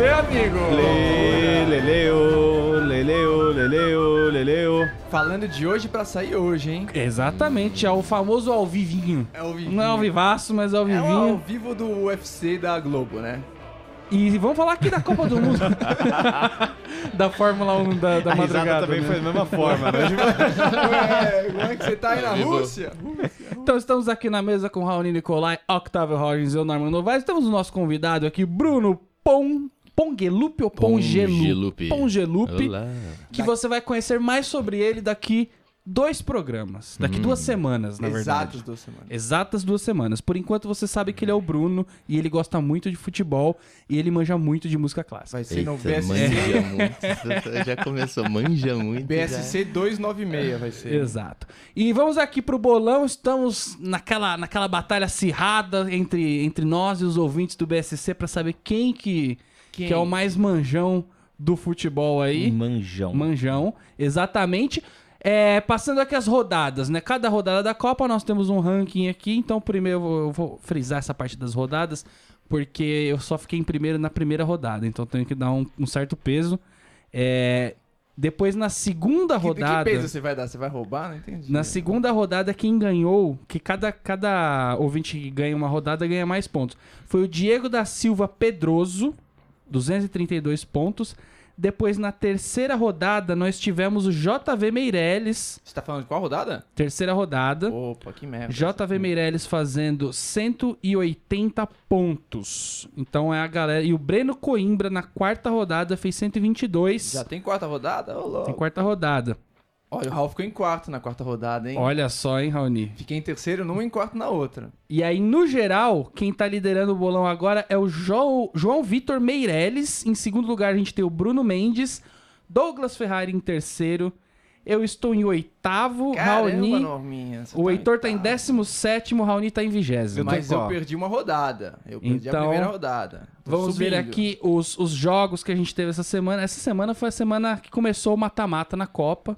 um amigo? Lê, leleu, leleu, leleu, leleu. Falando de hoje pra sair hoje, hein? Exatamente, é o famoso ao vivinho. É o vivinho. Não é ao vivaço, mas ao É o ao vivinho. vivo do UFC da Globo, né? E vamos falar aqui da Copa do Mundo. da Fórmula 1 da, da A risada madrugada. também né? foi da mesma forma, né? Ué, como é que você tá aí na Vivo. Rússia? Então estamos aqui na mesa com Raoni Nicolai, Octavio Rogers e o Norman Novaes. Temos o nosso convidado aqui, Bruno Pon... Pongelupe ou Pongelupe? Pongelupe. Pongelupe. Olá. Que você vai conhecer mais sobre ele daqui dois programas. Daqui duas semanas, na verdade. Exatos duas semanas. Exatas duas semanas. Por enquanto você sabe que ele é o Bruno e ele gosta muito de futebol e ele manja muito de música clássica. Vai ser Eita, no BSC, manja muito. Já começou, manja muito. BSC 296 vai ser. Exato. E vamos aqui pro bolão, estamos naquela, naquela batalha acirrada entre, entre nós e os ouvintes do BSC pra saber quem que, que é o mais manjão do futebol aí. Manjão. Manjão, exatamente. É, passando aqui as rodadas, né? Cada rodada da Copa nós temos um ranking aqui. Então, primeiro eu vou, eu vou frisar essa parte das rodadas, porque eu só fiquei em primeiro na primeira rodada. Então, tenho que dar um, um certo peso. É, depois, na segunda Que, que rodada. peso você vai dar? Você vai roubar? Não entendi. Na segunda rodada, quem ganhou, que cada, cada ouvinte que ganha uma rodada ganha mais pontos, foi o Diego da Silva Pedroso, 232 pontos. Depois, na terceira rodada, nós tivemos o JV Meirelles, Você tá falando de qual rodada? terceira rodada. Opa, que merda. JV Meirelles fazendo 180 pontos. Então é a galera. E o Breno Coimbra, na quarta rodada, fez 122. Já tem quarta rodada? Ô, louco. Tem quarta rodada. Olha, o Raul ficou em quarto na quarta rodada, hein? Olha só, hein, Raoni? Fiquei em terceiro numa e em quarto na outra. E aí, no geral, quem tá liderando o bolão agora é o Jo- João Vitor Meirelles. Em segundo lugar, a gente tem o Bruno Mendes. Douglas Ferrari em terceiro. Eu estou em oitavo. Caramba, Raoni. Norminha, você O Heitor tá em oitavo. décimo sétimo. Raoni tá em vigésimo. Mas qual? eu perdi uma rodada. Eu perdi Então, a primeira rodada. Tô Vamos ver subindo. aqui os, os jogos que a gente teve essa semana. Essa semana foi a semana que começou o mata-mata na Copa.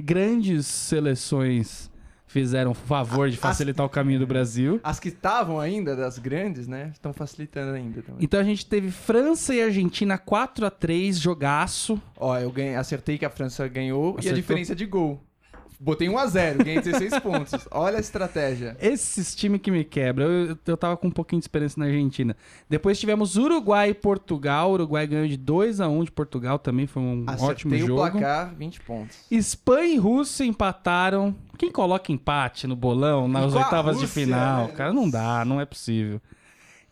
Grandes seleções fizeram o favor de facilitar o caminho do Brasil. As que estavam ainda, das grandes, né? Estão facilitando ainda também. Então a gente teve França e Argentina 4 a 3 jogaço. Ó, eu ganhei, acertei que a França ganhou e a Acertou. diferença de gol. Botei 1x0, ganhei 16 pontos. Olha a estratégia. Esses times que me quebram, eu, eu tava com um pouquinho de esperança na Argentina. Depois tivemos Uruguai e Portugal. O Uruguai ganhou de 2 a 1 de Portugal também, foi um ótimo Acertei o jogo. placar, 20 pontos. Espanha e Rússia empataram. Quem coloca empate no bolão nas Com a oitavas de Rússia, final? né? Cara, não dá, não é possível.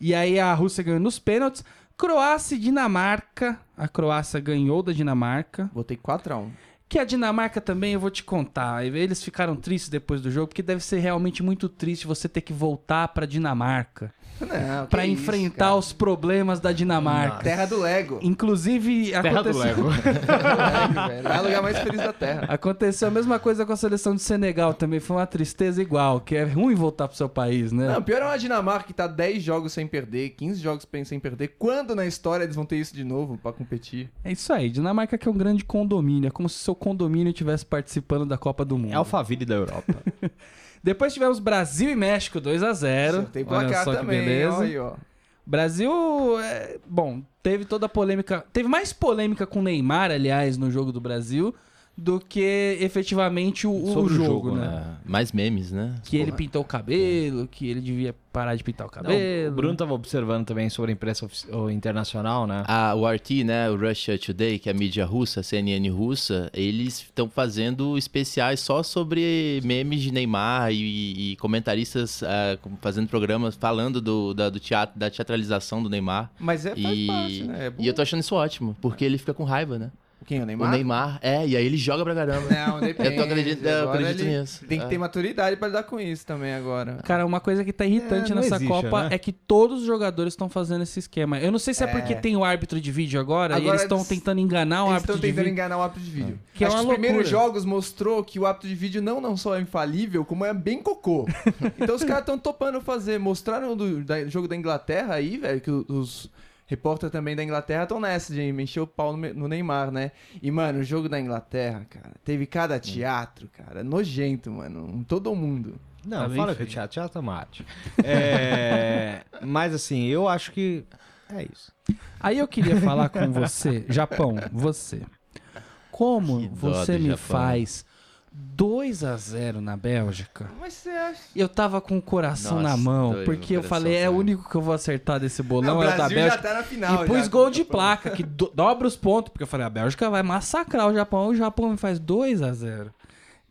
E aí a Rússia ganhou nos pênaltis. Croácia e Dinamarca. A Croácia ganhou da Dinamarca. Botei 4x1. Que a Dinamarca também, eu vou te contar. Eles ficaram tristes depois do jogo, porque deve ser realmente muito triste você ter que voltar pra Dinamarca Não, que Pra isso, enfrentar cara. os problemas da Dinamarca. Terra do Lego. Inclusive, Terra do aconteceu, Lego. velho. É o lugar mais feliz da Terra. aconteceu a mesma coisa com a seleção de Senegal também. Foi uma tristeza igual, que é ruim voltar pro seu país, né? Não, pior é uma Dinamarca que tá 10 jogos sem perder, 15 jogos sem perder. Quando na história eles vão ter isso de novo pra competir? É isso aí. Dinamarca que é um grande condomínio. É como se seu condomínio estivesse participando da Copa do Mundo. É Alphaville da Europa. Depois tivemos Brasil e México 2 a 0 Tem Olha placar só que também, beleza. ó aí, ó. Brasil, é, bom, teve toda a polêmica. Teve mais polêmica com o Neymar, aliás, no jogo do Brasil, do que efetivamente o, o Sobre jogo, né? Ah, mais memes, né? Que ele pintou o cabelo, que ele devia parar de pintar o Não, cabelo. o Bruno tava observando também sobre a imprensa ofici- ou internacional, né? A, o RT, né, o Russia Today, que é a mídia russa, a CNN russa, eles estão fazendo especiais só sobre memes de Neymar e, e comentaristas ah, com- fazendo programas falando do, da, do teatro, da teatralização do Neymar. Mas é faz E, parte, né? É bom. e eu tô achando isso ótimo, porque ele fica com raiva, né? Quem, o Neymar? O Neymar, é, e aí ele joga pra caramba. Não, depende. Eu tô acredito- eu Agora acredito ele nisso. Tem que É. ter maturidade pra lidar com isso também agora. Cara, uma coisa que tá irritante É, não nessa existe, Copa né? é que todos os jogadores estão fazendo esse esquema. Eu não sei se é, É. porque tem o árbitro de vídeo agora, e Agora eles estão eles- tentando enganar o Eles árbitro estão um de tentando vídeo. enganar o hábito de vídeo. Que é Acho uma que os primeiros loucura. jogos mostrou que o hábito de vídeo não, não só é infalível, como é bem cocô. então os caras estão topando fazer. Mostraram do da- jogo da Inglaterra aí, velho, que o- os repórteres também da Inglaterra estão nessa, de mexer o pau no, Me- no Neymar, né? E, mano, o jogo da Inglaterra, cara, teve cada teatro, cara, é nojento, mano, em todo mundo. Não, Tá bem fala que feio. o teatro, teatro é uma arte. É, mas assim, eu acho que É isso. Aí eu queria falar com você, Japão, você. Como Que dó você do me Japão. faz 2 a 0 na Bélgica? Mas você acha. Eu tava com o coração Nossa, na mão, doido, porque meu eu coração falei, é o foi. único que eu vou acertar desse Não, bolão, o é o da Brasil já Bélgica. tá na final. e pus já. gol de placa, que do- dobra os pontos, porque eu falei, a Bélgica vai massacrar o Japão, e o Japão me faz 2 a 0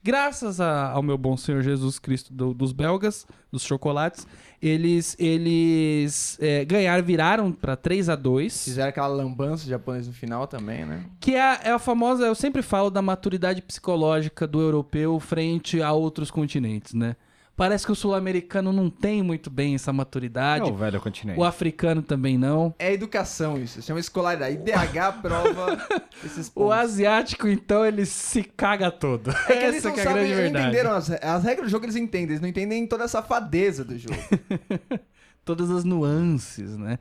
Graças a- ao meu bom Senhor Jesus Cristo do- dos belgas, dos chocolates, eles, eles é, ganharam, viraram pra 3 a 2 Fizeram aquela lambança japonesa no final também, né? que é a, é a famosa, eu sempre falo da maturidade psicológica do europeu frente a outros continentes, né? Parece que o sul-americano não tem muito bem essa É maturidade. o velho continente. o africano também não. É educação isso, é chama escolaridade. IDH prova esses O pontos. asiático, então, ele se caga todo. É que eles essa não que é a sabem, grande eles não verdade. entenderam as, as regras do jogo, eles entendem, eles não entendem toda a safadeza do jogo. Todas as nuances, né?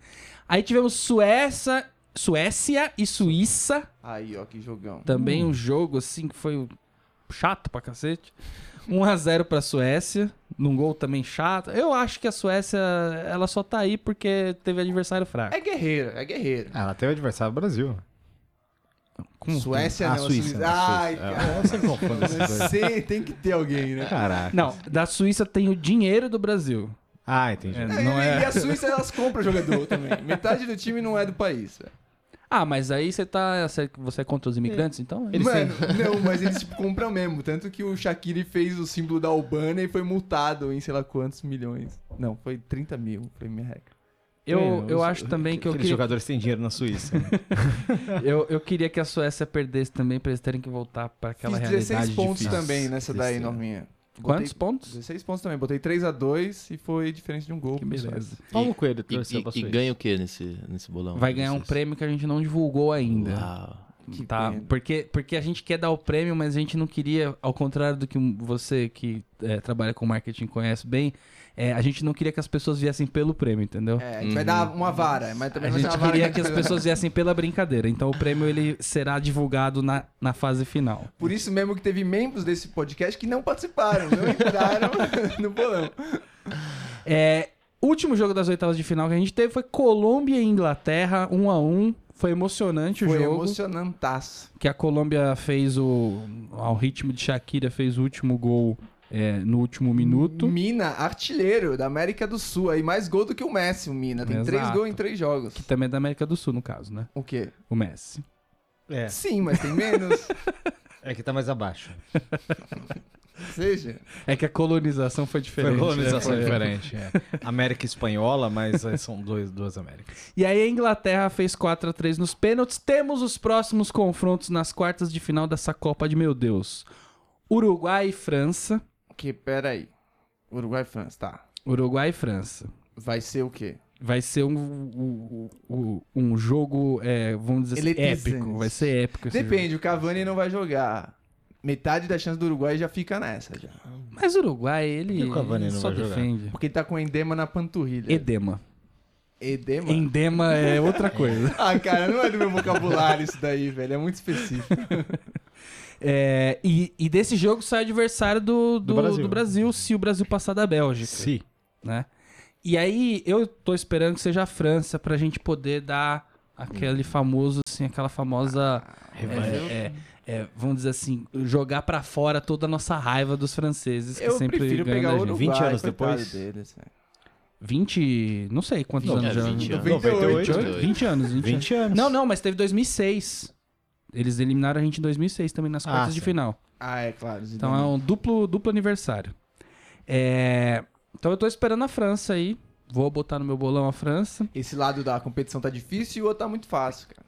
Aí tivemos Suécia, Suécia e Suíça. Aí, ó, que jogão. Também um jogo, assim, que foi chato pra cacete. 1x0 pra Suécia, num gol também chato. Eu acho que a Suécia, ela só tá aí porque teve adversário fraco. É guerreiro, é guerreiro. Ah, Ela teve adversário do Brasil. Suécia Ah, não, Suíça, né? É, Ai, Suíça. cara. Eu sempre confundo esses dois. Você tem que ter alguém, né? Caraca. Não, da Suíça tem o dinheiro do Brasil. Ah, entendi. É, E- não e, é... a Suíça, elas compram jogador também. Metade do time não é do país, velho. Ah, mas aí você tá... Você é contra os imigrantes, então? é isso. Mano, não, mas eles tipo, compram mesmo. Tanto que o Shaqiri fez o símbolo da Albânia e foi multado em sei lá quantos milhões. Não, foi 30 mil, foi minha regra. Eu, É, eu Os- acho também que eu Aqueles queria... jogadores têm dinheiro na Suíça. né? Eu, eu queria que a Suécia perdesse também pra eles terem que voltar pra aquela Fiz realidade 16 pontos difícil. também nessa daí, Norminha. Quantos Botei pontos? 16 pontos também. Botei 3x2 e foi diferença de um gol. Que pro beleza. Suécia. Paulo Coelho E, torceu pra e- e Suíça. ganha o que nesse, nesse bolão? Vai ganhar um né? prêmio que a gente não divulgou ainda. Ah, Uau. Que Tá, pena. porque, porque a gente quer dar o prêmio, mas a gente não queria, ao contrário do que um, você que é, trabalha com marketing conhece bem, é, a gente não queria que as pessoas viessem pelo prêmio, entendeu? É, a gente vai dar uma vara, mas também Uhum. a vai ser uma gente vara queria que as vai dar. pessoas viessem pela brincadeira. Então o prêmio ele será divulgado na, na fase final. Por isso mesmo que teve membros desse podcast que não participaram, não entraram no bolão. É, último jogo das oitavas de final que a gente teve foi Colômbia e Inglaterra, 1 a 1 Foi emocionante o Foi jogo. emocionantaço. que a Colômbia fez o. Ao ritmo de Shakira, fez o último gol é, no último minuto. Mina, artilheiro da América do Sul. Aí mais gol do que o Messi, o Mina. Tem três Exato. gols em três jogos. Que também é da América do Sul, no caso, né? O quê? O Messi. É, Sim, mas tem menos. é que tá mais abaixo. Ou seja, É que a colonização foi diferente. Foi colonização né? Foi. diferente. é. América espanhola, mas é, são dois, duas Américas. E aí a Inglaterra fez 4 a 3 nos pênaltis. Temos os próximos confrontos nas quartas de final dessa Copa de Meu Deus. Uruguai e França. que peraí. Uruguai e França, tá. Uruguai e França. Vai ser o quê? Vai ser um, um, um- um jogo, é, vamos dizer assim, Eletrizante. épico. Vai ser épico esse jogo. Depende, o Cavani não vai jogar. Metade da chance do Uruguai já fica nessa já. Mas o Uruguai, ele Por que o Cavani não só vai jogar? é defende. Porque ele tá com endema na panturrilha. Edema. Edema? Endema é outra coisa. Ah, cara, não é do meu vocabulário isso daí, velho. É muito específico. É, e, e desse jogo sai adversário do, do, do Do Brasil. Brasil. se o Brasil passar da Bélgica, Sim. né? E aí eu tô esperando que seja a França pra gente poder dar aquele famoso, assim, aquela famosa... é, é, é, vamos dizer assim, jogar pra fora toda a nossa raiva dos franceses, que Eu sempre prefiro ganham pegar da o gente. Uruguai. 20 anos coitado depois? deles, velho. 20, não sei quantos Não, anos é já. 20 anos. 98. 20, 20 anos, 20 anos. 20 anos. Não, não, mas teve 2006. Eles eliminaram a gente em 2006 também nas Ah, quartas de sim. final. Ah, é claro. Então é um duplo, duplo aniversário. É, Então eu tô esperando a França aí. Vou botar no meu bolão a França. Esse lado da competição tá difícil e o outro tá muito fácil, cara.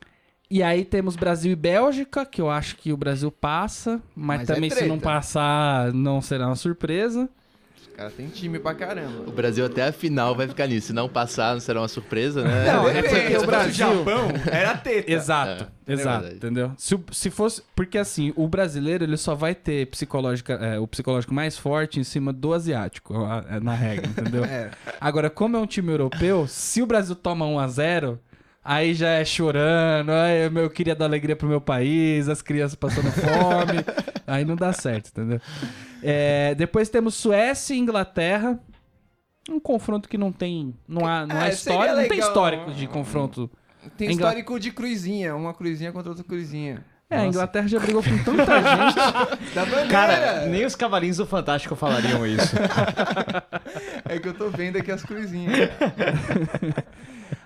E aí temos Brasil e Bélgica, que eu acho que o Brasil passa. Mas, Mas é também se não treta. passar, não será uma surpresa. Os caras têm time pra caramba. O Brasil até a final vai ficar nisso. Se não passar, não será uma surpresa, né? Não, é Depende, porque o se fosse Brasil- Japão era teta. Exato, É, é exato, verdade. entendeu? Se, o- se fosse. Porque assim, o brasileiro ele só vai ter psicológica, é, o psicológico mais forte em cima do asiático, a- é, na regra, entendeu? É. Agora, como é um time europeu, se o Brasil toma 1 a 0 aí já é chorando, ai, eu- eu queria dar alegria pro meu país, as crianças passando fome, aí não dá certo, entendeu? É, depois temos Suécia e Inglaterra. um confronto que não tem. Não há, não há É, seria história, não tem legal. histórico de confronto. Tem Ingla- histórico de cruzinha, uma cruzinha contra outra cruzinha. É, a Inglaterra já brigou com tanta gente. Da bandeira! né? Cara, nem os cavalinhos do Fantástico falariam isso. É que eu tô vendo aqui as cruzinhas.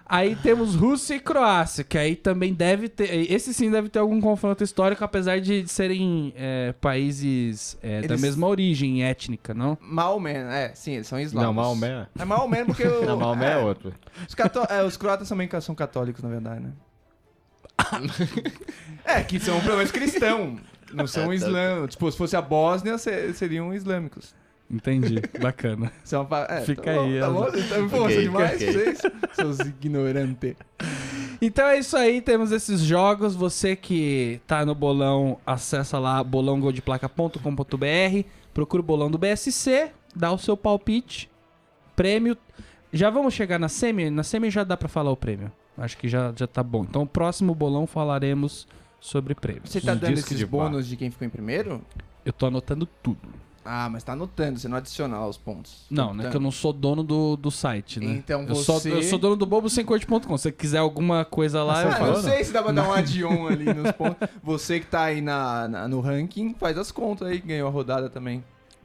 Aí temos Rússia e Croácia, que aí também deve ter. Esse sim deve ter algum confronto histórico, apesar de serem é, países é, da Eles- mesma origem étnica, não? Maomé, é, sim, eles são Não, islâmicos. Não, Maomé. É Maomé porque o- Não, Maomé é é, outro. os, cató- é, os croatas também ca- são católicos, na verdade, né? é, que são pelo menos cristão. Não É, tá, são islâmicos. Tipo, se fosse a Bósnia, se- seriam islâmicos. Entendi. Bacana. São pa- é, Fica tá bom, aí, Tá bom? ela- Então, pô, Ok, são demais ok. vocês, seus ignorantes. Então é isso aí, temos esses jogos. Você que tá no bolão, acessa lá bolãogoldplaca.com.br, procura o bolão do BSC, dá o seu palpite, prêmio. Já vamos chegar na semi, na semi já dá pra falar o prêmio. Acho que já, já tá bom. Então, o próximo bolão falaremos sobre prêmios. Você tá Os dando discos esses Um de pá. bônus de quem ficou em primeiro? Hum, Eu tô anotando tudo. Ah, mas tá anotando, você não adiciona os pontos. Não, né? Que eu Então, não sou dono do, do site, né? Então eu sou, você- eu sou dono do bobosemcorte.com. Se você quiser alguma coisa lá, eu Ah, falo. não sei se dá pra dar um add-on ali nos pontos. Você que tá aí na, na- no ranking, faz as contas aí, que ganhou a rodada também.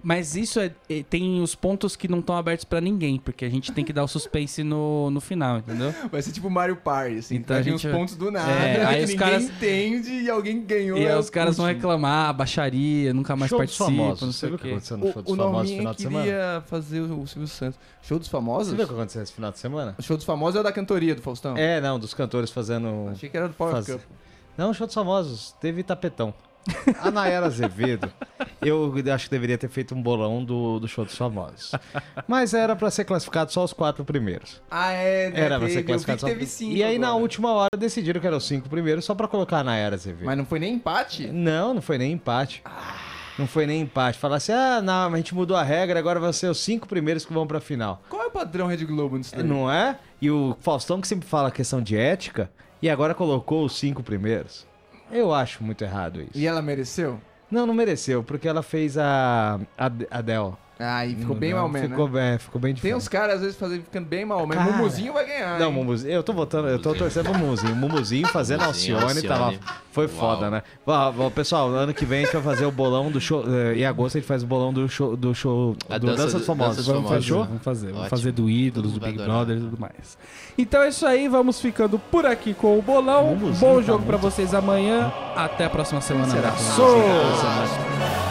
Mas isso é, é- tem os pontos que não estão abertos pra ninguém, porque a gente tem que dar o suspense no, no final, entendeu? Vai ser tipo Mario Party, assim. Então Então, tem a gente- uns pontos do nada, É, aí que os ninguém caras- entende e alguém ganhou. E é aí o os caras vão último. reclamar, "Ah, baixaria, Tá nunca mais show dos participa, famosos. não Você sei viu o o que quê. aconteceu no show O, o dos famosos no Norminha final de semana? queria fazer o, o Silvio Santos. Show dos famosos? Você viu o que aconteceu nesse final de semana? O show dos famosos é o da cantoria do Faustão. É, não, dos cantores fazendo. Achei que era do Power Faz- Cup. Não, show dos famosos. Teve tapetão. A Nayara Azevedo, eu acho que deveria ter feito um bolão do, do show dos famosos. Mas era pra ser classificado só os quatro primeiros. Ah, é, né? Era pra teve, ser classificado eu só. vi que teve cinco e aí, na agora. última hora, decidiram que eram os cinco primeiros só pra colocar a Nayara Azevedo. Mas não foi nem empate? Não, não foi nem empate. Não foi nem empate. Falar assim, ah, não, a gente mudou a regra, agora vão ser os cinco primeiros que vão pra final. Qual é o padrão Rede Globo nisso daí? Não é? E o Faustão que sempre fala questão de ética, e agora colocou os cinco primeiros. Eu acho muito errado isso. E ela mereceu? Não, não mereceu, porque ela fez a, a Adele. Ah, e ficou bem Não, mal menos. Ficou, é, ficou Tem bem um difícil. uns caras, às vezes, fazendo, ficando bem mal, mas Cara. Mumuzinho vai ganhar. Não, hein? Mumuzinho, eu tô votando, eu tô torcendo pro Mumuzinho. Mumuzinho fazendo Mumuzinho, Alcione, tava, Alcione. foi Uau. foda, né? Ó, ó, pessoal, ano que vem a gente vai fazer o bolão do show. eh, Em agosto a gente faz o bolão do show do show A do dança- Dança dos Famosos. Dança dos Vamos Famosos, fechou? né? Vamos fazer, vamos Ótimo. fazer do ídolos, do Todo mundo Big vai adorar. Brother e tudo mais. Então é isso aí, vamos ficando por aqui com o bolão. Vamos, Bom tá jogo muito- pra vocês amanhã. Até a próxima semana. Abraço. Sou!